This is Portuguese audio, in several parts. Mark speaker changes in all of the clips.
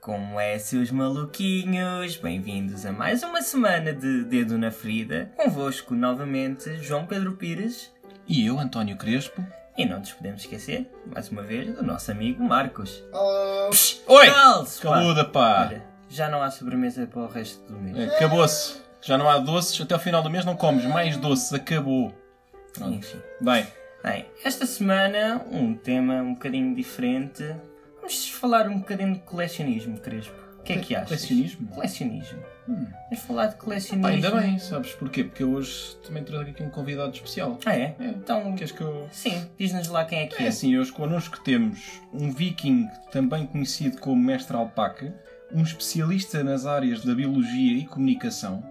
Speaker 1: Como é, seus maluquinhos? Bem-vindos a mais uma semana de Dedo na Ferida. Convosco novamente, João Pedro Pires.
Speaker 2: E eu, António Crespo.
Speaker 1: E não nos podemos esquecer, mais uma vez, do nosso amigo Marcos.
Speaker 3: Ah,
Speaker 2: Psh, oi!
Speaker 1: Carlos, pá!
Speaker 2: Caluda, pá!
Speaker 1: Olha, já não há sobremesa para o resto do mês.
Speaker 2: Acabou-se. Já não há doces. Até o final do mês não comes mais doces. Acabou. Pronto.
Speaker 1: Enfim.
Speaker 2: Bem,
Speaker 1: Bem, esta semana um tema um bocadinho diferente. Vamos falar um bocadinho de colecionismo, Crespo. O que é que achas?
Speaker 2: Colecionismo?
Speaker 1: Colecionismo.
Speaker 2: Hum.
Speaker 1: Vamos falar de colecionismo.
Speaker 2: Pá, ainda bem, sabes porquê? Porque eu hoje também trago aqui um convidado especial.
Speaker 1: Ah, é?
Speaker 2: É.
Speaker 1: Então,
Speaker 2: Queres que eu...
Speaker 1: sim, diz-nos lá quem é que
Speaker 2: É
Speaker 1: é.
Speaker 2: assim, hoje connosco temos um viking também conhecido como mestre alpaca, um especialista nas áreas da biologia e comunicação,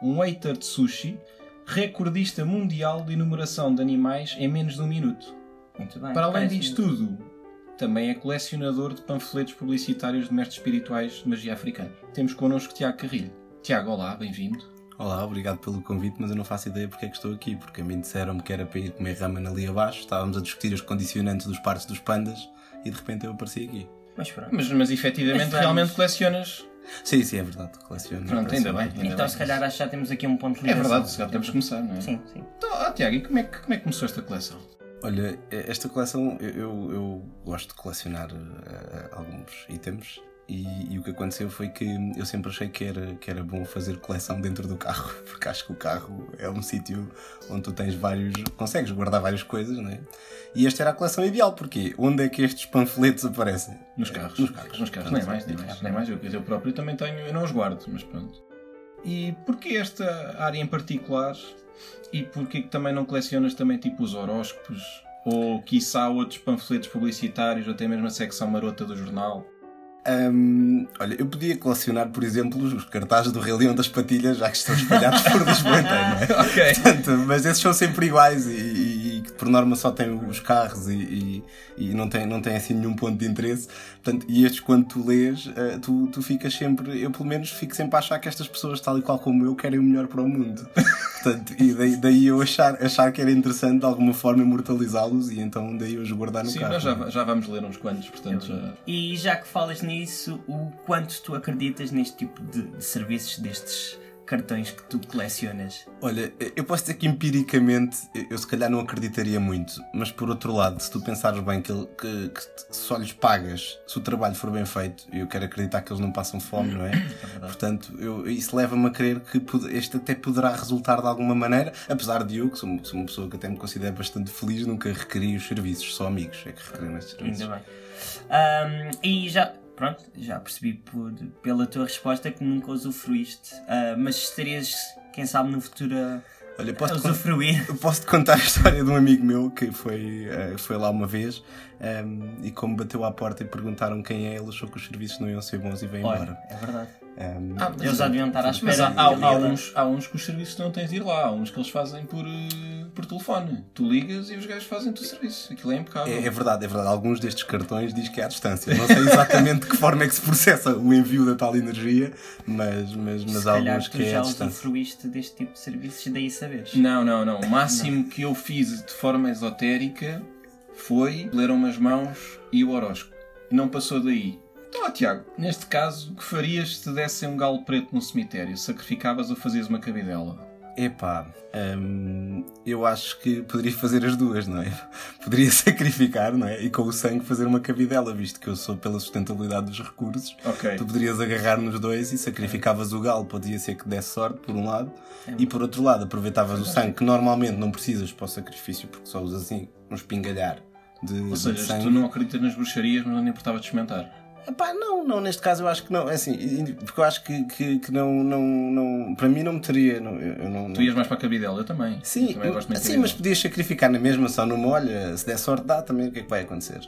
Speaker 2: um hater de sushi, recordista mundial de enumeração de animais em menos de um minuto.
Speaker 1: Muito bem.
Speaker 2: Para além
Speaker 1: parece-me-
Speaker 2: disto tudo, também é colecionador de panfletos publicitários de mestres espirituais de magia africana. Temos connosco Tiago Carrilho. Tiago, olá, bem-vindo.
Speaker 4: Olá, obrigado pelo convite, mas eu não faço ideia porque é que estou aqui, porque a mim disseram-me que era para ir comer ramen ali abaixo, estávamos a discutir os condicionantes dos partes dos pandas e de repente eu apareci aqui.
Speaker 1: Mas pronto.
Speaker 2: Mas, mas efetivamente,
Speaker 1: Mas vamos.
Speaker 2: realmente colecionas.
Speaker 4: Sim, sim, é verdade, coleciono.
Speaker 2: Pronto, ainda bem. ainda
Speaker 1: Então,
Speaker 2: bem.
Speaker 1: se calhar, acho que já temos aqui um ponto de
Speaker 2: É
Speaker 1: ligação.
Speaker 2: verdade, se calhar podemos começar, não é?
Speaker 1: Sim, sim.
Speaker 2: Então, ah, Tiago, e como é, que, como é que começou esta coleção?
Speaker 4: Olha, esta coleção, eu, eu- eu gosto de colecionar eh, alguns itens e, e o que aconteceu foi que eu sempre achei que era, que era bom fazer coleção dentro do carro, porque acho que o carro é um sítio onde tu tens vários, consegues guardar várias coisas, não é? E esta era a coleção ideal, porque onde é que estes panfletos aparecem?
Speaker 2: Nos carros.
Speaker 4: Nos carros. é
Speaker 2: Nos carros. Nem mais, nem mais. Nem mais. Eu, eu próprio também tenho, eu não os guardo, mas pronto. E porquê esta área em particular? E porquê que também não colecionas também tipo os horóscopos? Ou, quiçá, outros panfletos publicitários, ou até mesmo a secção marota do jornal?
Speaker 4: Hum, olha, eu podia colecionar, por exemplo, os cartazes do Rei Leão das Patilhas, já que estão espalhados por Lisboa inteira, não é?
Speaker 2: Ok.
Speaker 4: Portanto, mas esses são sempre iguais e, e- e que por norma só têm os carros e, e- e não, têm, não têm assim nenhum ponto de interesse. Portanto, e estes quando tu lês, eh, tu, tu ficas sempre, eu pelo menos fico sempre a achar que estas pessoas, tal e qual como eu, querem o melhor para o mundo. Portanto, e daí, daí eu achar, achar que era interessante de alguma forma imortalizá-los e então daí eu os guardar no
Speaker 2: Sim,
Speaker 4: carro.
Speaker 2: nós já, já vamos ler uns quantos, portanto já.
Speaker 1: um. E já que falas nisso, o quanto tu acreditas neste tipo de, de serviços, destes cartões que tu colecionas?
Speaker 4: Olha, eu posso dizer que empiricamente eu- eu se calhar não acreditaria muito, mas por outro lado, se tu pensares bem que, ele- que- que te- só lhes pagas se o trabalho for bem feito, eu quero acreditar que eles não passam fome, não é? Portanto, eu- isso leva-me a crer que pod- este até poderá resultar de alguma maneira, apesar de eu, que sou, uma- sou uma pessoa que até me considero bastante feliz, nunca requeri os serviços, só amigos é que requerem estes serviços.
Speaker 1: Ainda bem. Ahm, e já, pronto, já percebi por, pela tua resposta que nunca usufruíste, ah, mas estarias, quem sabe, no futuro a,
Speaker 4: Olha,
Speaker 1: a
Speaker 4: posso
Speaker 1: usufruir.
Speaker 4: Eu posso te contar a história de um amigo meu que foi, eh, foi lá uma vez ehm, e como bateu à porta e perguntaram quem é, ele achou que os serviços não iam ser bons e veio
Speaker 1: Olha,
Speaker 4: embora.
Speaker 1: é verdade.
Speaker 4: Ehm,
Speaker 2: Ah, mas-
Speaker 1: Eles já deviam estar à
Speaker 2: Mas
Speaker 1: espera.
Speaker 2: há, há-
Speaker 1: de-
Speaker 2: há uns, há uns que os serviços não tens de ir lá, há uns que eles fazem por, eh, por telefone. Tu ligas e os gajos fazem-te o serviço. Aquilo é impecável.
Speaker 4: é, é verdade, é verdade. Alguns destes cartões diz que é à distância. Não sei exatamente de que forma é que se processa o envio da tal energia, mas, mas, mas
Speaker 1: Se
Speaker 4: há
Speaker 1: calhar
Speaker 4: alguns
Speaker 1: tu
Speaker 4: que é
Speaker 1: já
Speaker 4: à distância.
Speaker 1: usufruíste deste tipo de serviços, daí saberes.
Speaker 2: Não, não, não. O máximo que eu fiz de forma esotérica foi ler umas mãos e o horóscopo. Não passou daí. Então, ó, Tiago, neste caso, o que farias se te dessem um galo preto num cemitério? Sacrificavas ou fazias uma cabidela?
Speaker 4: Epá, hum, eu acho que poderia fazer as duas, não é? Poderia sacrificar, não é? E com o sangue fazer uma cabidela, visto que eu sou pela sustentabilidade dos recursos.
Speaker 2: Ok.
Speaker 4: Tu poderias agarrar nos dois e sacrificavas o galo. Podia ser que desse sorte, por um lado,
Speaker 2: É
Speaker 4: e por outro lado, aproveitavas o sangue que normalmente não precisas para o sacrifício, porque só usas assim um espingalhar de,
Speaker 2: Ou
Speaker 4: de
Speaker 2: seja,
Speaker 4: sangue.
Speaker 2: tu não acreditas nas bruxarias, mas não nem importava de experimentar.
Speaker 4: Epá, não, não, neste caso eu acho que não. É Assim, e- porque eu acho que, que, que não, não, não. Para mim não me teria. Não, eu, eu não,
Speaker 2: Tu ias mais para a cabidela, eu também.
Speaker 4: Sim,
Speaker 2: eu também gosto muito de
Speaker 4: sim
Speaker 2: cabidela.
Speaker 4: mas podias sacrificar na mesma, só numa olha. Se der sorte, dá também. O que é que vai acontecer?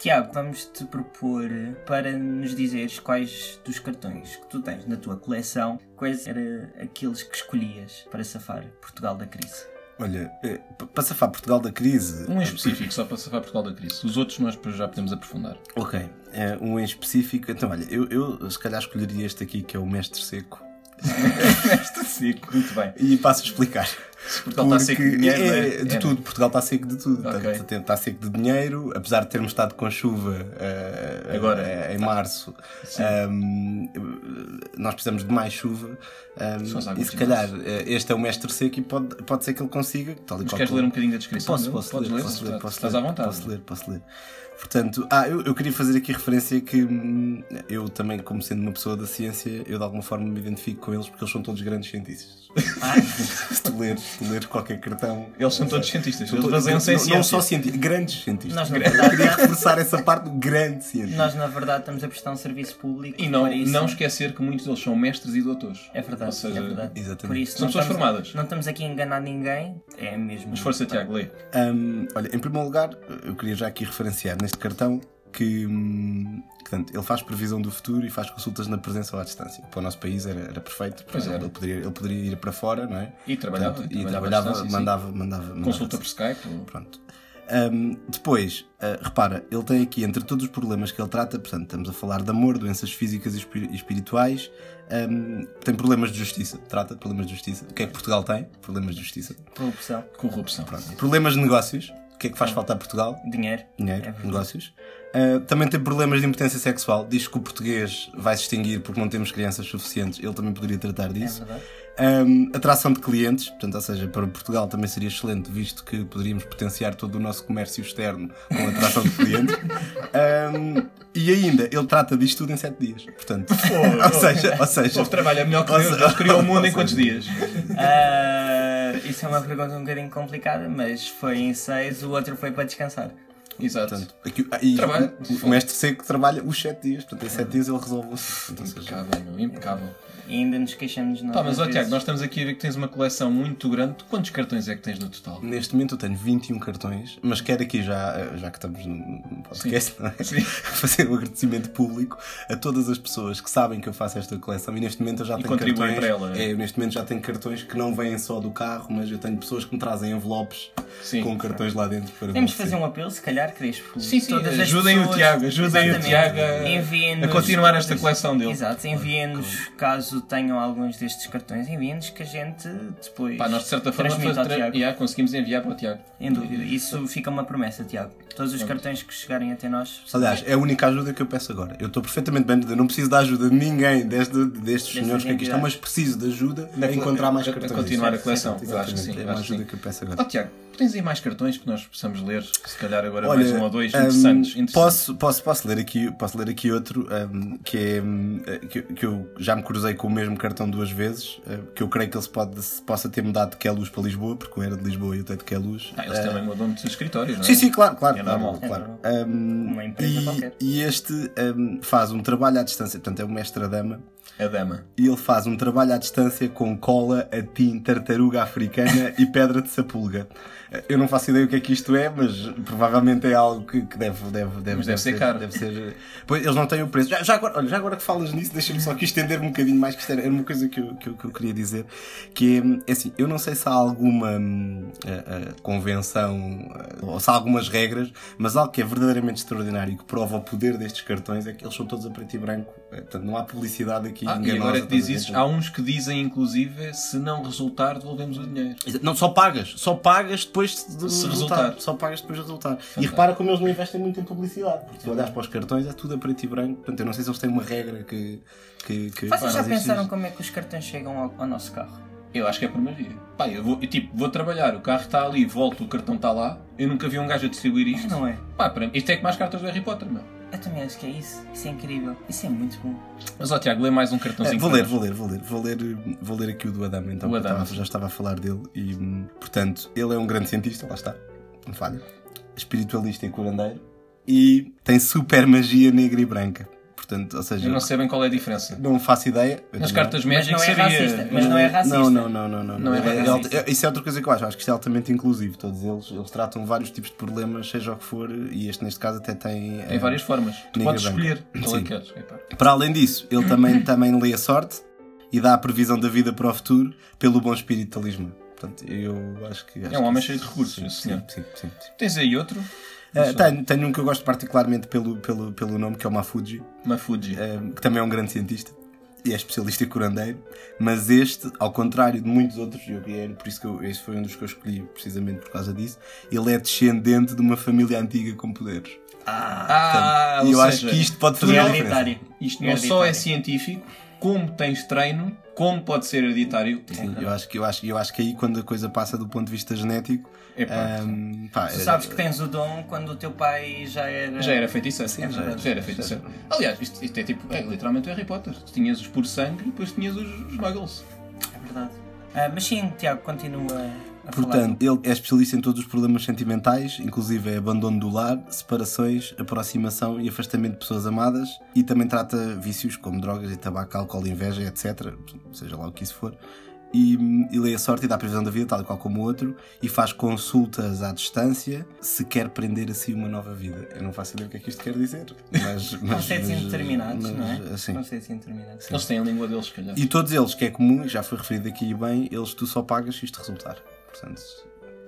Speaker 1: Tiago, vamos-te propor eh, para nos dizeres quais dos cartões que tu tens na tua coleção, quais eram aqueles que escolhias para safar Portugal da crise.
Speaker 4: Olha, eh, pa- para safar Portugal da crise,
Speaker 2: Um em específico, só para safar Portugal da crise. Os outros nós depois já podemos aprofundar.
Speaker 4: Ok, é, um em específico. Então, olha, eu, eu se calhar escolheria este aqui que é o Mestre Seco
Speaker 2: Este seco. Muito bem.
Speaker 4: e passo a explicar.
Speaker 2: Se Portugal está seco de dinheiro, não é?
Speaker 4: é, de
Speaker 2: É,
Speaker 4: tudo, Portugal está seco de tudo.
Speaker 2: Ok.
Speaker 4: Está- Está, está seco de dinheiro, apesar de termos estado com chuva eh,
Speaker 2: Agora.
Speaker 4: eh, em março,
Speaker 2: Sim.
Speaker 4: ehm, nós precisamos de mais chuva. ehm,
Speaker 2: São as águas
Speaker 4: e
Speaker 2: de
Speaker 4: se calhar eh, este é o mestre seco e pode, pode ser que ele consiga. Tal e
Speaker 2: Mas
Speaker 4: qual
Speaker 2: queres
Speaker 4: como-
Speaker 2: ler um bocadinho da descrição?
Speaker 4: Posso,
Speaker 2: dele?
Speaker 4: posso
Speaker 2: Podes
Speaker 4: ler, posso ler,
Speaker 2: está-
Speaker 4: posso
Speaker 2: Estás
Speaker 4: ler,
Speaker 2: à vontade.
Speaker 4: Posso ler, posso ler. Portanto, ah, eu, eu queria fazer aqui referência que hum, eu também, como sendo uma pessoa da ciência, eu de alguma forma me identifico com eles porque eles são todos grandes cientistas. se, tu leres, se tu leres qualquer cartão.
Speaker 2: Ah. Eles são
Speaker 4: eh,
Speaker 2: todos cientistas.
Speaker 4: são
Speaker 2: Eles
Speaker 4: todos-
Speaker 2: baseiam-se em
Speaker 4: não, não
Speaker 2: ciência.
Speaker 4: só cientistas, grandes cientistas.
Speaker 1: Nós, na
Speaker 2: é
Speaker 4: Eu
Speaker 1: verdade,
Speaker 4: queria reforçar essa parte do grande cientista.
Speaker 1: nós, na verdade, estamos a prestar um serviço público
Speaker 2: E não,
Speaker 1: por isso-
Speaker 2: não esquecer que muitos deles são mestres e doutores.
Speaker 1: É verdade,
Speaker 2: Ou seja,
Speaker 1: é verdade.
Speaker 4: exatamente.
Speaker 1: Por isso,
Speaker 2: São
Speaker 1: não
Speaker 2: pessoas
Speaker 1: estamos-
Speaker 2: formadas.
Speaker 1: Não estamos aqui a enganar ninguém, é mesmo.
Speaker 2: Mas força, Tiago, lê.
Speaker 4: Hum, olha, em primeiro lugar, eu queria já aqui referenciar neste cartão que, hum, que, portanto, ele faz previsão do futuro e faz consultas na presença ou à distância. Para o nosso país era, era perfeito,
Speaker 2: Pois
Speaker 4: ele,
Speaker 2: era.
Speaker 4: poderia, ele poderia ir para fora, não é?
Speaker 2: E trabalhava.
Speaker 4: Portanto, e
Speaker 2: à
Speaker 4: trabalhava,
Speaker 2: distância, sim.
Speaker 4: mandava, mandava, mandava. assim.
Speaker 2: Consulta por Skype. ou-
Speaker 4: Pronto. Hum, depois, ah, repara, ele tem aqui entre todos os problemas que ele trata, portanto, estamos a falar de amor, doenças físicas e espir- e espirituais, hum, tem problemas de justiça, trata de problemas de justiça. O que é que Portugal tem? Problemas de justiça.
Speaker 1: Corrupção,
Speaker 2: Corrupção.
Speaker 4: Problemas de negócios. O que é que faz falta a Portugal?
Speaker 1: dinheiro.
Speaker 4: dinheiro,
Speaker 1: É verdade.
Speaker 4: negócios. Ah, também tem problemas de impotência sexual. Diz que o português vai se extinguir porque não temos crianças suficientes. Ele também poderia tratar
Speaker 1: É
Speaker 4: disso.
Speaker 1: verdade.
Speaker 4: Ahm, atração de clientes, portanto, ou seja, para Portugal também seria excelente, visto que poderíamos potenciar todo o nosso comércio externo com a atração de clientes. Ahm, e ainda, ele trata disto tudo em 7 dias. Portanto, ou seja, ou seja,
Speaker 2: Ele trabalha melhor que Deus. Deus criou o mundo em quantos dias?
Speaker 1: Ah, isso é uma pergunta um bocadinho complicada, mas foi em seis, o outro foi para descansar.
Speaker 2: Exato.
Speaker 4: portanto, aqui- ah, e
Speaker 2: Trabalha.
Speaker 4: o mestre seco trabalha os 7 dias, portanto, em
Speaker 1: É
Speaker 4: 7 dias ele resolve o assunto. Ou seja,
Speaker 2: Impecável, meu. Impecável.
Speaker 1: E ainda nos queixamos nós.
Speaker 2: Tá, mas ó,
Speaker 1: às
Speaker 2: Tiago,
Speaker 1: vezes.
Speaker 2: nós estamos aqui a ver que tens uma coleção muito grande. Quantos cartões é que tens no total?
Speaker 4: Neste momento eu tenho 21 cartões, mas quero aqui já, eh, já que estamos no- no podcast, não é?
Speaker 2: Sim.
Speaker 4: fazer um agradecimento público a todas as pessoas que sabem que eu faço esta coleção e neste momento eu já tenho
Speaker 2: contribuem
Speaker 4: cartões.
Speaker 2: para ela, é?
Speaker 4: É, eu neste momento já tenho cartões que não vêm só do carro, mas eu tenho pessoas que me trazem envelopes
Speaker 2: Sim.
Speaker 4: com cartões lá dentro para
Speaker 1: Temos de
Speaker 4: você.
Speaker 1: fazer um apelo, se calhar, Crespo.
Speaker 2: Sim, sim,
Speaker 1: Todas as
Speaker 2: ajudem o
Speaker 1: pessoas-
Speaker 2: Tiago, ajudem o
Speaker 1: Exatamente.
Speaker 2: Tiago a-
Speaker 1: Enviem-nos-
Speaker 2: a continuar esta coleção dele.
Speaker 1: Exato, enviem-nos caso tenham alguns destes cartões, enviem-nos que a gente depois
Speaker 2: Pá, nós de certa forma
Speaker 1: transmite ao
Speaker 2: tra-
Speaker 1: Tiago.
Speaker 2: yeah, conseguimos enviar para o Tiago.
Speaker 1: Em dúvida, isso fica uma promessa, Tiago. Todos os cartões que chegarem até nós.
Speaker 4: Aliás, é a única ajuda que eu peço agora. Eu estou perfeitamente bem, eu não preciso da ajuda de ninguém deste, destes senhores que aqui estão,
Speaker 1: entidades.
Speaker 4: mas preciso de ajuda a encontrar mais
Speaker 2: a- a
Speaker 4: cartões.
Speaker 2: continuar a coleção.
Speaker 4: Exatamente,
Speaker 2: Eu acho que sim,
Speaker 4: é
Speaker 2: eu
Speaker 4: uma
Speaker 2: acho que
Speaker 4: ajuda
Speaker 2: sim.
Speaker 4: que eu peço agora.
Speaker 2: Ó Tiago, tens aí mais cartões que nós possamos ler? Se calhar agora
Speaker 4: Olha,
Speaker 2: mais um ou dois
Speaker 4: hum,
Speaker 2: interessantes. interessantes.
Speaker 4: Posso, posso, posso, ler aqui, posso ler aqui outro hum, que é hum, que, que eu já me cruzei com o mesmo cartão duas vezes, hum, que eu creio que ele se, pode, se possa ter mudado de que é luz para Lisboa, porque eu era de Lisboa e eu até de que é luz.
Speaker 2: Ah, eles também mudam de escritórios, não é?
Speaker 4: Sim, sim, claro, claro.
Speaker 2: É
Speaker 4: claro,
Speaker 2: normal. É
Speaker 4: claro. Hum,
Speaker 1: Uma empresa
Speaker 4: e,
Speaker 1: qualquer.
Speaker 4: e este hum, faz um trabalho à distância, portanto é um mestre-dama,
Speaker 2: A dama.
Speaker 4: e ele faz um trabalho à distância com cola, atim, tartaruga africana e pedra de sapulga. Eu não faço ideia o que é que isto é, mas provavelmente é algo que, que deve, deve, deve,
Speaker 2: Mas deve ser caro.
Speaker 4: Deve ser... Pois, eles não têm o preço. Já, já agora, olha, já agora que falas nisso, deixa-me só aqui estender um bocadinho mais, que isto era era uma coisa que eu, que eu, que eu queria dizer, que é, é assim, eu não sei se há alguma hum, a- a convenção ah, ou se há algumas regras, mas algo que é verdadeiramente extraordinário e que prova o poder destes cartões é que eles são todos a preto e branco. Eh, Portanto, não há publicidade aqui
Speaker 2: Ah, e
Speaker 4: enganosa,
Speaker 2: agora que
Speaker 4: estás a
Speaker 2: diz
Speaker 4: ver?
Speaker 2: isso, há uns que dizem, inclusive, se não resultar, devolvemos o dinheiro.
Speaker 4: Exato. Não, só pagas. Só pagas depois de
Speaker 2: Se
Speaker 4: resultar.
Speaker 2: resultar.
Speaker 4: Só pagas depois de resultar. E repara como eles não investem muito em publicidade. Porque se olhares para os cartões é tudo a preto e branco. Portanto, eu não sei se eles têm uma regra que. que, que
Speaker 1: Vocês
Speaker 4: que
Speaker 1: já
Speaker 4: faz isso.
Speaker 1: pensaram como é que os cartões chegam ao, ao nosso carro?
Speaker 2: Eu acho que é por magia. Pá, eu vou, eu, tipo, vou trabalhar, o carro está ali, volto, o cartão está lá. Eu nunca vi um gajo a distribuir
Speaker 1: É,
Speaker 2: isto.
Speaker 1: não é?
Speaker 2: Pá, para mim, isto é que mais cartas do Harry Potter, meu.
Speaker 1: Eu também acho que é isso. Isso é incrível. Isso é muito bom.
Speaker 2: Mas ó Tiago, lê mais um
Speaker 4: É,
Speaker 2: cartãozinho.
Speaker 4: vou
Speaker 2: para
Speaker 4: ler,
Speaker 2: nós.
Speaker 4: vou ler, vou ler, vou ler, eh, vou ler aqui o do Adama, então,
Speaker 2: O
Speaker 4: que eu
Speaker 2: Adama.
Speaker 4: estava- já estava a falar dele e, hum, portanto, ele é um grande cientista, lá está, não falha, espiritualista e curandeiro, e tem super magia negra e branca, portanto, ou seja,
Speaker 2: Eu não sei bem qual é a diferença.
Speaker 4: não faço ideia. eu
Speaker 2: Nas
Speaker 4: também-
Speaker 2: cartas
Speaker 1: Mas
Speaker 2: Magic
Speaker 1: não é
Speaker 2: seria...
Speaker 1: racista, mas não é racista.
Speaker 4: Não, não, não, não, não.
Speaker 2: Não é
Speaker 4: Ele- ele-
Speaker 1: racista.
Speaker 4: Isso é outra coisa que eu acho. Eu Acho que isto é altamente inclusivo. Todos eles, eles tratam vários tipos de problemas, seja o que for, e este neste caso até tem. eh,
Speaker 2: Tem várias formas. Tu
Speaker 4: Negra
Speaker 2: podes
Speaker 4: branca.
Speaker 2: escolher qual é
Speaker 4: Sim.
Speaker 2: que queres. Epá.
Speaker 4: Para além disso, ele também, também lê a sorte e dá a previsão da vida para o futuro pelo bom espiritualismo. Portanto, eu acho que. acho
Speaker 2: um
Speaker 4: que
Speaker 2: homem
Speaker 4: isso-
Speaker 2: cheio de recursos, esse
Speaker 4: Sim,
Speaker 2: senhor.
Speaker 4: sim, sim. sim.
Speaker 2: Tens aí outro?
Speaker 4: Eh, tenho, tenho um que eu gosto particularmente pelo, pelo, pelo nome, que é o Mafuji,
Speaker 2: Mafuji.
Speaker 4: eh, que também é um grande cientista. e é especialista em curandeiro, mas este, ao contrário de muitos outros, eu criei, por isso que eu, este foi um dos que eu escolhi precisamente por causa disso, ele é descendente de uma família antiga com poderes.
Speaker 2: Ah,
Speaker 4: e eu
Speaker 2: ou
Speaker 4: acho
Speaker 2: seja,
Speaker 4: que isto pode
Speaker 1: Tu
Speaker 4: fazer
Speaker 1: é
Speaker 4: a
Speaker 1: hereditário.
Speaker 4: diferença.
Speaker 2: Isto não só é científico, como tens treino, como pode ser hereditário.
Speaker 4: Sim, eu acho que eu acho, eu acho que aí quando a coisa passa do ponto de vista genético,
Speaker 2: É pá,
Speaker 4: ahm, pá, é
Speaker 1: Tu sabes que tens o dom quando o teu pai já era.
Speaker 2: já era feiticeiro.
Speaker 1: é
Speaker 2: já,
Speaker 1: verdade.
Speaker 2: era feiticeiro. Aliás, isto, isto é tipo, é literalmente o Harry Potter. Tu tinhas os por sangue e depois tinhas os, os muggles.
Speaker 1: É verdade. Ah, mas sim, Tiago, continua a falar.
Speaker 4: Portanto, ele é especialista em todos os problemas sentimentais, inclusive é abandono do lar, separações, aproximação e afastamento de pessoas amadas, e também trata vícios como drogas e tabaco, álcool, inveja, etc. Seja lá o que isso for. E, hum, e lê a sorte e dá a previsão da vida, tal e qual como o outro, e faz consultas à distância se quer prender a si uma nova vida. Eu não faço ideia o que é que isto quer dizer. Mas, mas,
Speaker 1: Conceitos
Speaker 4: mas-
Speaker 1: indeterminados, não
Speaker 4: mas,
Speaker 1: é?
Speaker 4: assim.
Speaker 1: Conceitos indeterminados.
Speaker 2: Eles têm a língua deles, se calhar.
Speaker 4: E todos eles, que é comum, e já foi referido aqui bem, eles tu só pagas se isto resultar. Portanto,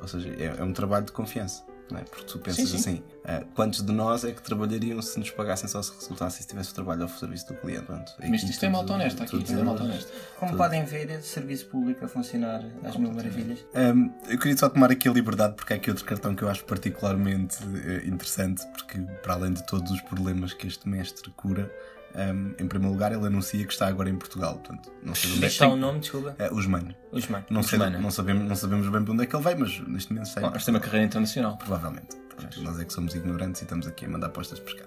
Speaker 4: ou seja, é, é um trabalho de confiança. Não é? Porque tu pensas
Speaker 2: Sim, sim.
Speaker 4: assim, ah, quantos de nós é que trabalhariam se nos pagassem só se resultasse e se tivesse o trabalho ao serviço do cliente? Pronto,
Speaker 2: Mas isto
Speaker 4: aqui
Speaker 2: é
Speaker 4: todos-
Speaker 2: malta honesta aqui.
Speaker 4: todos
Speaker 2: Isto é
Speaker 4: eles-
Speaker 2: malta honesta.
Speaker 1: Como podem ver, é de serviço público a funcionar às mil maravilhas.
Speaker 4: Ahm, eu queria só tomar aqui a liberdade porque há aqui outro cartão que eu acho particularmente eh, interessante, porque para além de todos os problemas que este mestre cura, ahm, em primeiro lugar ele anuncia que está agora em Portugal. Portanto, não sei de onde é que
Speaker 1: Diz só o nome, desculpa.
Speaker 4: Ah, os manos.
Speaker 1: Os mães.
Speaker 4: Não, sei,
Speaker 2: Semana.
Speaker 4: não, sabemos, não sabemos bem para onde é que ele vai, mas neste momento sai.
Speaker 2: Bom, Eles têm uma carreira internacional.
Speaker 4: Provavelmente. Nós é que somos ignorantes e estamos aqui a mandar postas pescar.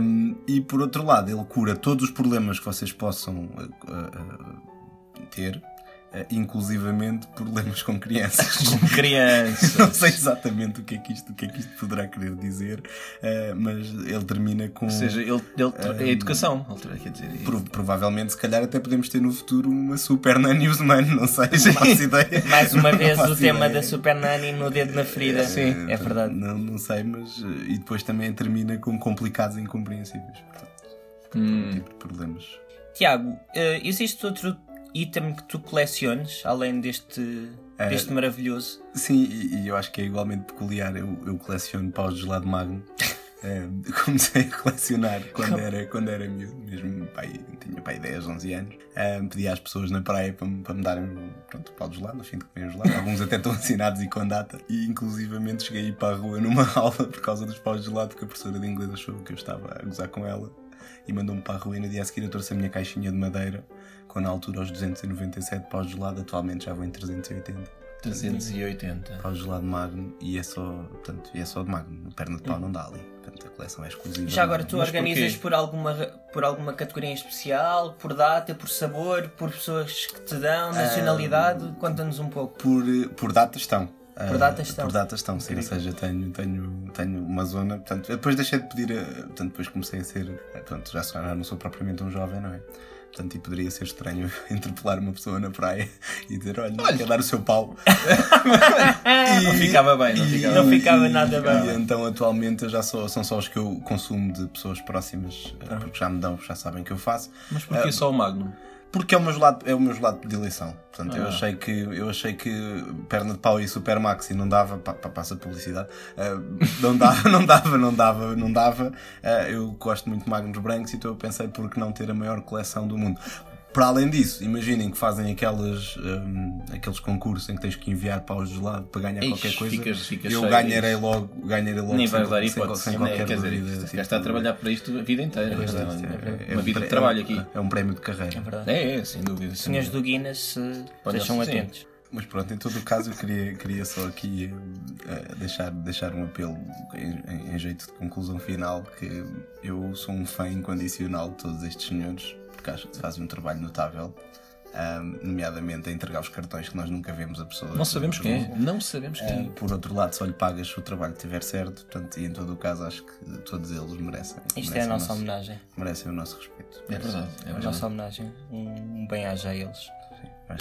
Speaker 4: Hum, e por outro lado, ele cura todos os problemas que vocês possam uh, uh, uh, ter, uh, inclusivamente problemas com crianças.
Speaker 2: Criança.
Speaker 4: Não sei exatamente o que é que isto, o que é que isto poderá querer dizer, uh, mas ele termina com.
Speaker 2: Ou seja, ele, ele tra- é educação. Ele tra- quer dizer,
Speaker 4: Pro- provavelmente, se calhar, até podemos ter no futuro uma super nanny humano, não sei, não faço ideia.
Speaker 1: Mais uma
Speaker 4: Não
Speaker 1: vez
Speaker 4: faço
Speaker 1: o tema
Speaker 4: ideia.
Speaker 1: da Super Nani no dedo na ferida. Sim. É verdade.
Speaker 4: Não, não sei, mas. eh, E depois também termina com complicados e incompreensíveis. Portanto,
Speaker 2: Hum.
Speaker 4: tipo de problemas.
Speaker 1: Tiago, eh, existe outro item que tu coleciones, além deste,
Speaker 4: Eh,
Speaker 1: deste maravilhoso?
Speaker 4: Sim, e, e eu acho que é igualmente peculiar. Eu, eu coleciono paus de gelado magno. Eh, comecei a colecionar quando era, quando era miúdo, mesmo pai, tinha pai 10, 11 anos. Eh, pedi às pessoas na praia para, me- para me darem pronto, pau de gelado, no fim de comer gelado. Alguns até estão assinados e com data. E inclusivamente cheguei a ir para a rua numa aula por causa dos paus de gelado, porque a professora de inglês achou que eu estava a gozar com ela e mandou-me para a rua. E no dia a seguir eu trouxe a minha caixinha de madeira, com na altura os 297 paus de gelado, atualmente já vou em 380.
Speaker 2: 380.
Speaker 4: Pau gelado magno e é só, portanto, e é só de magno. Perna de pau não dá ali. Portanto, a coleção é exclusiva.
Speaker 1: Já agora
Speaker 4: de
Speaker 1: tu
Speaker 2: Mas
Speaker 1: organizas
Speaker 2: porquê?
Speaker 1: por alguma, por alguma categoria em especial, por data, por sabor, por pessoas que te dão, nacionalidade? Conta-nos um pouco.
Speaker 4: magno. Por, por data estão. Ah,
Speaker 2: eh,
Speaker 1: data estão.
Speaker 4: Por data estão, sim. Ou seja, tenho, tenho, tenho uma zona. Portanto, eu depois deixei de pedir. ah, Portanto, depois comecei a ser. ah, Portanto, já sou- já não sou propriamente um jovem, não é? Portanto, e poderia ser estranho interpelar uma pessoa na praia e dizer: Olha, quer dar o seu pau. E-
Speaker 2: Não ficava bem, não
Speaker 4: e-
Speaker 2: ficava
Speaker 1: Não
Speaker 2: bem.
Speaker 1: ficava nada
Speaker 4: E
Speaker 1: bem.
Speaker 4: então atualmente eu já sou- são só os que eu consumo de pessoas próximas, eh, porque já me dão, já sabem que eu faço.
Speaker 2: Mas porquê só o Magnum?
Speaker 4: Porque é o meu gelado, é o meu gelado de eleição. Portanto, eu
Speaker 2: Ah.
Speaker 4: achei que eu achei que perna de pau e super maxi não dava, pa, pa- passa a publicidade. eh, não dava, não dava, não dava, não dava. Eh, eu gosto muito de magnos brancos, então eu pensei por que não ter a maior coleção do mundo. Para além disso, imaginem que fazem aquelas, hum, aqueles concursos em que tens que enviar paus de gelado para ganhar
Speaker 2: Ixi,
Speaker 4: qualquer coisa.
Speaker 2: ficas- ficas
Speaker 4: eu
Speaker 2: cheio
Speaker 4: ganharei
Speaker 2: disso.
Speaker 4: logo, ganharei logo
Speaker 2: Nem
Speaker 4: sem
Speaker 2: vais
Speaker 4: qual-
Speaker 2: dar
Speaker 4: sem qual-
Speaker 2: hipótese.
Speaker 4: sem
Speaker 2: nem-
Speaker 4: qualquer
Speaker 2: Quer dizer,
Speaker 4: dúvida,
Speaker 2: este
Speaker 4: tipo,
Speaker 2: gajo está a trabalhar para isto a vida inteira.
Speaker 4: é verdade,
Speaker 2: Isto é uma-
Speaker 4: é- é-
Speaker 2: uma vida
Speaker 4: é-
Speaker 2: de trabalho aqui.
Speaker 4: É um prémio de carreira.
Speaker 1: Verdade.
Speaker 2: É, é, sem dúvida. sem
Speaker 1: Senhores
Speaker 2: dúvida.
Speaker 1: do Guinness, eh,
Speaker 2: Olha,
Speaker 1: sejam
Speaker 2: sim.
Speaker 1: atentos.
Speaker 4: Mas pronto, em todo o caso, eu queria, queria só aqui eh, eh, deixar, deixar um apelo em, em- em jeito de conclusão final: que eu sou um fã incondicional de todos estes senhores, porque acho que fazem um trabalho notável, ah, nomeadamente a entregar os cartões que nós nunca vemos a pessoa.
Speaker 2: Não sabemos quem é. Não sabemos
Speaker 4: Ah,
Speaker 2: quem é.
Speaker 4: Por outro lado, só lhe pagas se o trabalho estiver certo, portanto, e em todo o caso, acho que todos eles merecem.
Speaker 1: Isto
Speaker 4: merecem
Speaker 1: é a
Speaker 4: o
Speaker 1: nossa
Speaker 4: nosso-
Speaker 1: homenagem.
Speaker 4: Merecem o nosso respeito.
Speaker 2: É verdade. É
Speaker 1: A
Speaker 2: verdade.
Speaker 1: nossa homenagem. Um um bem-aja a eles.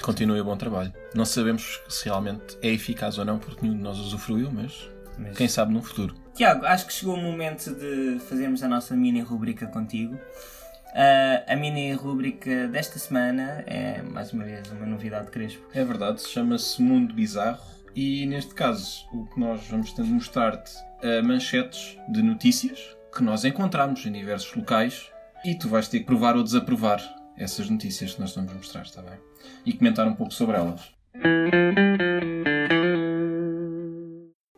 Speaker 2: Continue o bom trabalho. Não sabemos se realmente é eficaz ou não, porque nenhum de nós usufruiu, mas
Speaker 1: Mas-
Speaker 2: quem sabe no futuro.
Speaker 1: Tiago, acho que chegou o momento de fazermos a nossa mini rubrica contigo. Ah, a mini rubrica desta semana é, mais uma vez, uma novidade de Crespo.
Speaker 2: É verdade, chama-se Mundo Bizarro e neste caso o que nós vamos tentar mostrar-te é manchetes de notícias que nós encontramos em diversos locais e tu vais ter que provar ou desaprovar essas notícias que nós estamos a mostrar, está bem? E comentar um pouco sobre elas.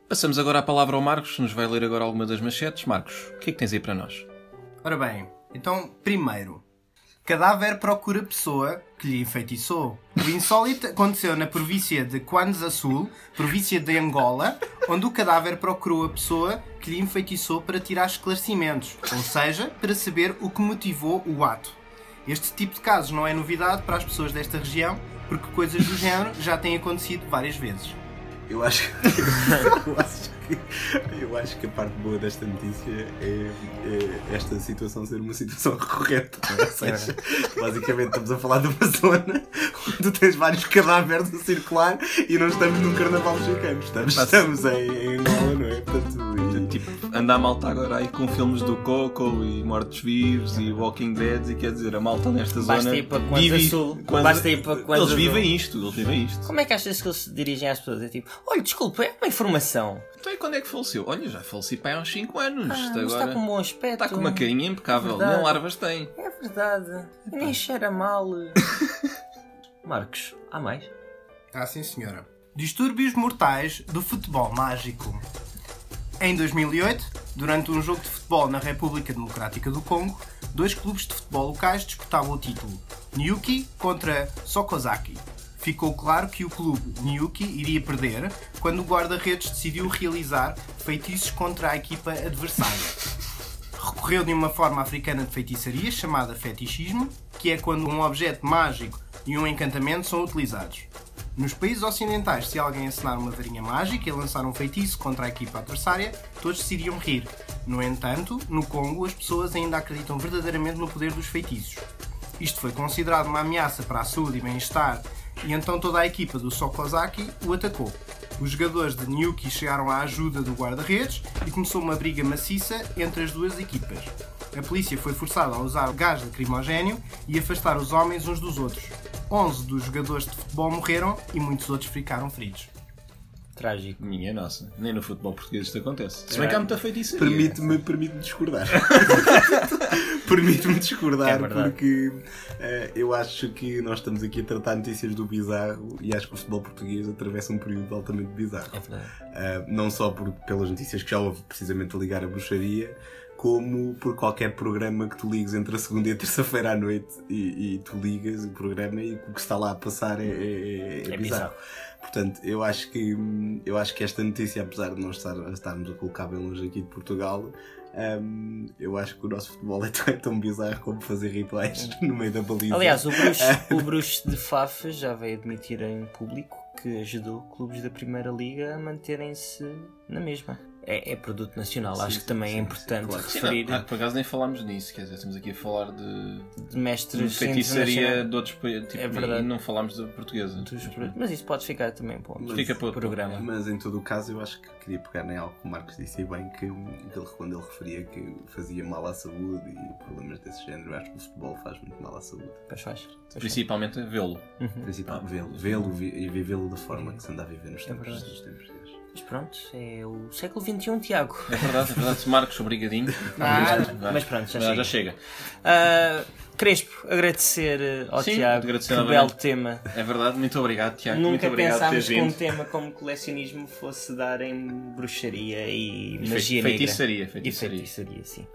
Speaker 2: Passamos agora a palavra ao Marcos, que nos vai ler agora alguma das manchetes. Marcos, o que é que tens aí para nós?
Speaker 3: Ora bem, então, primeiro, cadáver procura pessoa que lhe enfeitiçou. O insólito aconteceu na província de Kwanza Sul, província de Angola, onde o cadáver procurou a pessoa que lhe enfeitiçou para tirar esclarecimentos, ou seja, para saber o que motivou o ato. Este tipo de casos não é novidade para as pessoas desta região, porque coisas do género já têm acontecido várias vezes.
Speaker 5: Eu acho, que, eu, acho que, eu acho que a parte boa desta notícia é, é esta situação ser uma situação recorrente. não é? Ou seja, basicamente estamos a falar de uma zona onde tu tens vários cadáveres a circular e não estamos num carnaval chicano, estamos, estamos em, em Angola, não é? Portanto,
Speaker 2: Tipo, anda a malta agora aí com filmes do Coco e Mortos-Vivos e Walking Dead e quer dizer, a malta nesta
Speaker 1: Basta
Speaker 2: zona.
Speaker 1: ir para Kwanza Sul, basta ir para Kwanza
Speaker 2: Eles vivem
Speaker 1: Sul.
Speaker 2: isto, eles vivem isto.
Speaker 1: Como é que achas que eles se dirigem às pessoas? É tipo, olha, desculpa, é uma informação.
Speaker 2: Então e quando é que faleceu? Olha, já faleci pai há uns 5 anos.
Speaker 1: Ah,
Speaker 2: Isto
Speaker 1: mas
Speaker 2: agora
Speaker 1: está com um bom aspecto.
Speaker 2: está Tá com uma carinha impecável,
Speaker 1: Verdade.
Speaker 2: nem larvas tem.
Speaker 1: É verdade. E Nem cheira mal. Marcos, há mais?
Speaker 3: Ah, sim, senhora. Distúrbios mortais do futebol mágico. Em 2008, durante um jogo de futebol na República Democrática do Congo, dois clubes de futebol locais disputavam o título: Niuki contra Sokozaki. Ficou claro que o clube Niuki iria perder quando o guarda-redes decidiu realizar feitiços contra a equipa adversária recorreu de uma forma africana de feitiçaria chamada fetichismo, que é quando um objeto mágico e um encantamento são utilizados. Nos países ocidentais, se alguém assinar uma varinha mágica e lançar um feitiço contra a equipa adversária, todos se iriam rir. No entanto, no Congo, as pessoas ainda acreditam verdadeiramente no poder dos feitiços. Isto foi considerado uma ameaça para a saúde e bem-estar, e então toda a equipa do Sokozaki o atacou. Os jogadores de Nyuki chegaram à ajuda do guarda-redes e começou uma briga maciça entre as duas equipas. A polícia foi forçada a usar gás lacrimogéneo e afastar os homens uns dos outros. 11 dos jogadores de futebol morreram e muitos outros ficaram feridos.
Speaker 1: Trágico.
Speaker 2: Minha nossa, nem no futebol português isto acontece. Se bem que há muita
Speaker 1: é.
Speaker 2: feitiçaria.
Speaker 5: eh, Permite-me permite discordar. Permite-me
Speaker 1: É
Speaker 5: discordar
Speaker 1: verdade.
Speaker 5: porque eh, eu acho que nós estamos aqui a tratar notícias do bizarro e acho que o futebol português atravessa um período altamente bizarro.
Speaker 1: É verdade.
Speaker 5: Uh, não só por, pelas notícias que já houve precisamente a ligar a bruxaria, como por qualquer programa que tu ligues entre a segunda e a terça-feira à noite e, e tu ligas o programa e o que está lá a passar é, é- é
Speaker 1: É bizarro.
Speaker 5: bizarro. Portanto, eu acho que hum, eu acho que esta notícia, apesar de nós estar, estarmos a colocar bem longe aqui de Portugal, hum, eu acho que o nosso futebol é tão, é tão bizarro como fazer rituais no meio da baliza.
Speaker 1: Aliás, o bruxo, o bruxo de Faf já veio admitir em público que ajudou clubes da Primeira Liga a manterem-se na mesma. É, é produto nacional,
Speaker 5: Sim,
Speaker 1: acho que
Speaker 5: sim,
Speaker 1: também é
Speaker 5: sim,
Speaker 1: importante
Speaker 5: sim, claro.
Speaker 2: Sim,
Speaker 1: referir
Speaker 2: não, ah, por acaso nem falámos nisso, quer dizer, estamos aqui a falar de,
Speaker 1: de
Speaker 2: de
Speaker 1: mestres
Speaker 2: feitiçaria
Speaker 1: internacionais.
Speaker 2: de outros países. Tipo,
Speaker 1: É verdade.
Speaker 2: E não falámos de portuguesa.
Speaker 1: Dos pro- Mas isso pode ficar também para outro
Speaker 2: Fica para outro
Speaker 1: programa.
Speaker 5: Mas em todo o caso, eu acho que queria pegar em algo que o Marcos disse e bem, que, que ele, quando ele referia que fazia mal à saúde e problemas desse género, eu acho que o futebol faz muito mal à saúde.
Speaker 1: Pois faz. Pois faz.
Speaker 2: Principalmente a vê-lo.
Speaker 1: Uhum.
Speaker 2: Ah.
Speaker 5: Principalmente vê-lo vê-lo vi- e vivê-lo da forma que se anda a viver nos
Speaker 1: É
Speaker 5: tempos,
Speaker 1: verdade.
Speaker 5: nos tempos deles.
Speaker 1: Mas pronto, é o século XXI, Tiago.
Speaker 2: É verdade, é verdade. Marcos, obrigadinho.
Speaker 3: Nada.
Speaker 2: Vai.
Speaker 1: Ah, Mas pronto, já
Speaker 2: Vai, já
Speaker 1: chega.
Speaker 2: chega.
Speaker 1: Ah, Crespo, agradecer eh, ao
Speaker 2: Sim,
Speaker 1: Tiago.
Speaker 2: agradecer
Speaker 1: que
Speaker 2: ao
Speaker 1: belo
Speaker 2: Bruno.
Speaker 1: tema.
Speaker 2: É verdade, muito obrigado, Tiago. muito
Speaker 1: Nunca
Speaker 2: obrigado por teres
Speaker 1: pensámos que um
Speaker 2: vindo.
Speaker 1: tema como colecionismo fosse dar em bruxaria e,
Speaker 2: E
Speaker 1: magia
Speaker 2: fei-
Speaker 1: negra.
Speaker 2: feitiçaria,
Speaker 1: E
Speaker 2: feitiçaria.
Speaker 1: feitiçaria, sim.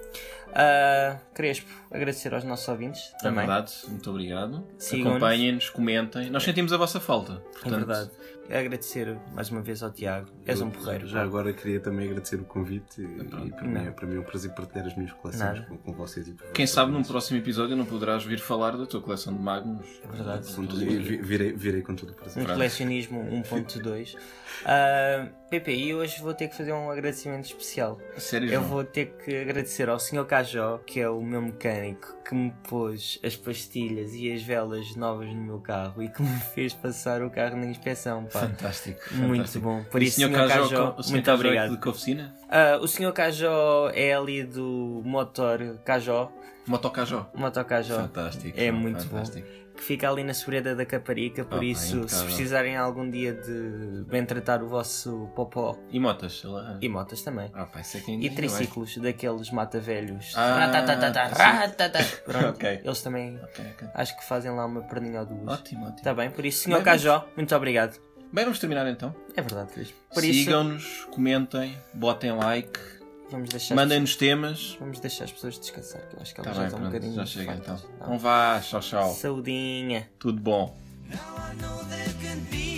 Speaker 1: Ah, Crespo, agradecer aos nossos ouvintes
Speaker 2: É
Speaker 1: também.
Speaker 2: verdade, muito obrigado.
Speaker 1: Sigam-nos.
Speaker 2: Acompanhem-nos, comentem. Nós sentimos a vossa falta.
Speaker 1: É
Speaker 2: Portanto,
Speaker 1: verdade. Agradecer mais uma vez ao Tiago. És um porreiro.
Speaker 5: Já agora queria também agradecer o convite e,
Speaker 2: Pronto.
Speaker 5: e para, mim, é-
Speaker 1: Não.
Speaker 5: para mim é um prazer partilhar as minhas coleções
Speaker 1: Nada.
Speaker 5: com, com vocês e com
Speaker 2: Quem
Speaker 5: vocês.
Speaker 2: sabe num próximo episódio não poderás vir falar da tua coleção de Magnums.
Speaker 1: É verdade.
Speaker 5: Com todo- e vi- virei, virei com todo o prazer.
Speaker 1: Um colecionismo 1.2. Ah, PPI, hoje vou ter que fazer um agradecimento especial.
Speaker 2: Sério,
Speaker 1: Eu
Speaker 2: João?
Speaker 1: vou ter que agradecer ao Sr. Cajó, que é o meu mecânico, que me pôs as pastilhas e as velas novas no meu carro e que me fez passar o carro na inspeção. Pá.
Speaker 2: Fantástico.
Speaker 1: Muito
Speaker 2: fantástico.
Speaker 1: bom. Por
Speaker 2: E
Speaker 1: isso,
Speaker 2: o
Speaker 1: Sr.
Speaker 2: Sr.
Speaker 1: Cajó,
Speaker 2: Cajó, o Sr.
Speaker 1: muito
Speaker 2: Cajó é
Speaker 1: obrigado.
Speaker 2: de que oficina?
Speaker 1: Ah, o Sr. Cajó é ali do motor Cajó,
Speaker 2: Motocajó.
Speaker 1: motor Cajó,
Speaker 2: Fantástico.
Speaker 1: É muito
Speaker 2: fantástico.
Speaker 1: que que fica ali na sobreda da Caparica, por
Speaker 2: Ah, pá,
Speaker 1: isso, se
Speaker 2: impecável.
Speaker 1: precisarem algum dia de bem tratar o vosso popó
Speaker 2: E motas, sei lá.
Speaker 1: e motas também.
Speaker 2: Ah, pá, isso é que ainda
Speaker 1: E
Speaker 2: ainda mais.
Speaker 1: triciclos daqueles mata-velhos.
Speaker 2: Ah,
Speaker 1: Ratatatata,
Speaker 2: sim.
Speaker 1: ratatá. Pronto,
Speaker 2: Ok.
Speaker 1: Eles também
Speaker 2: Ok, ok.
Speaker 1: acho que fazem lá uma perninha ou duas.
Speaker 2: Ótimo, é ótimo.
Speaker 1: Está bem, por isso, senhor
Speaker 2: Bem, mas-
Speaker 1: Cajó, muito obrigado.
Speaker 2: Bem, vamos terminar então.
Speaker 1: É verdade, Cris. Por
Speaker 2: Sigam-nos, comentem, botem like,
Speaker 1: isso, vamos deixar,
Speaker 2: mandem-nos temas.
Speaker 1: vamos deixar as pessoas descansar, que eu acho que
Speaker 2: Tá
Speaker 1: elas já
Speaker 2: bem,
Speaker 1: estão um
Speaker 2: pronto, já
Speaker 1: bocadinho.
Speaker 2: chega então.
Speaker 1: fartas. Tá
Speaker 2: Então vá, tchau,
Speaker 1: bem.
Speaker 2: tchau.
Speaker 1: Saudinha.
Speaker 2: Tudo bom.
Speaker 6: Now I know there can be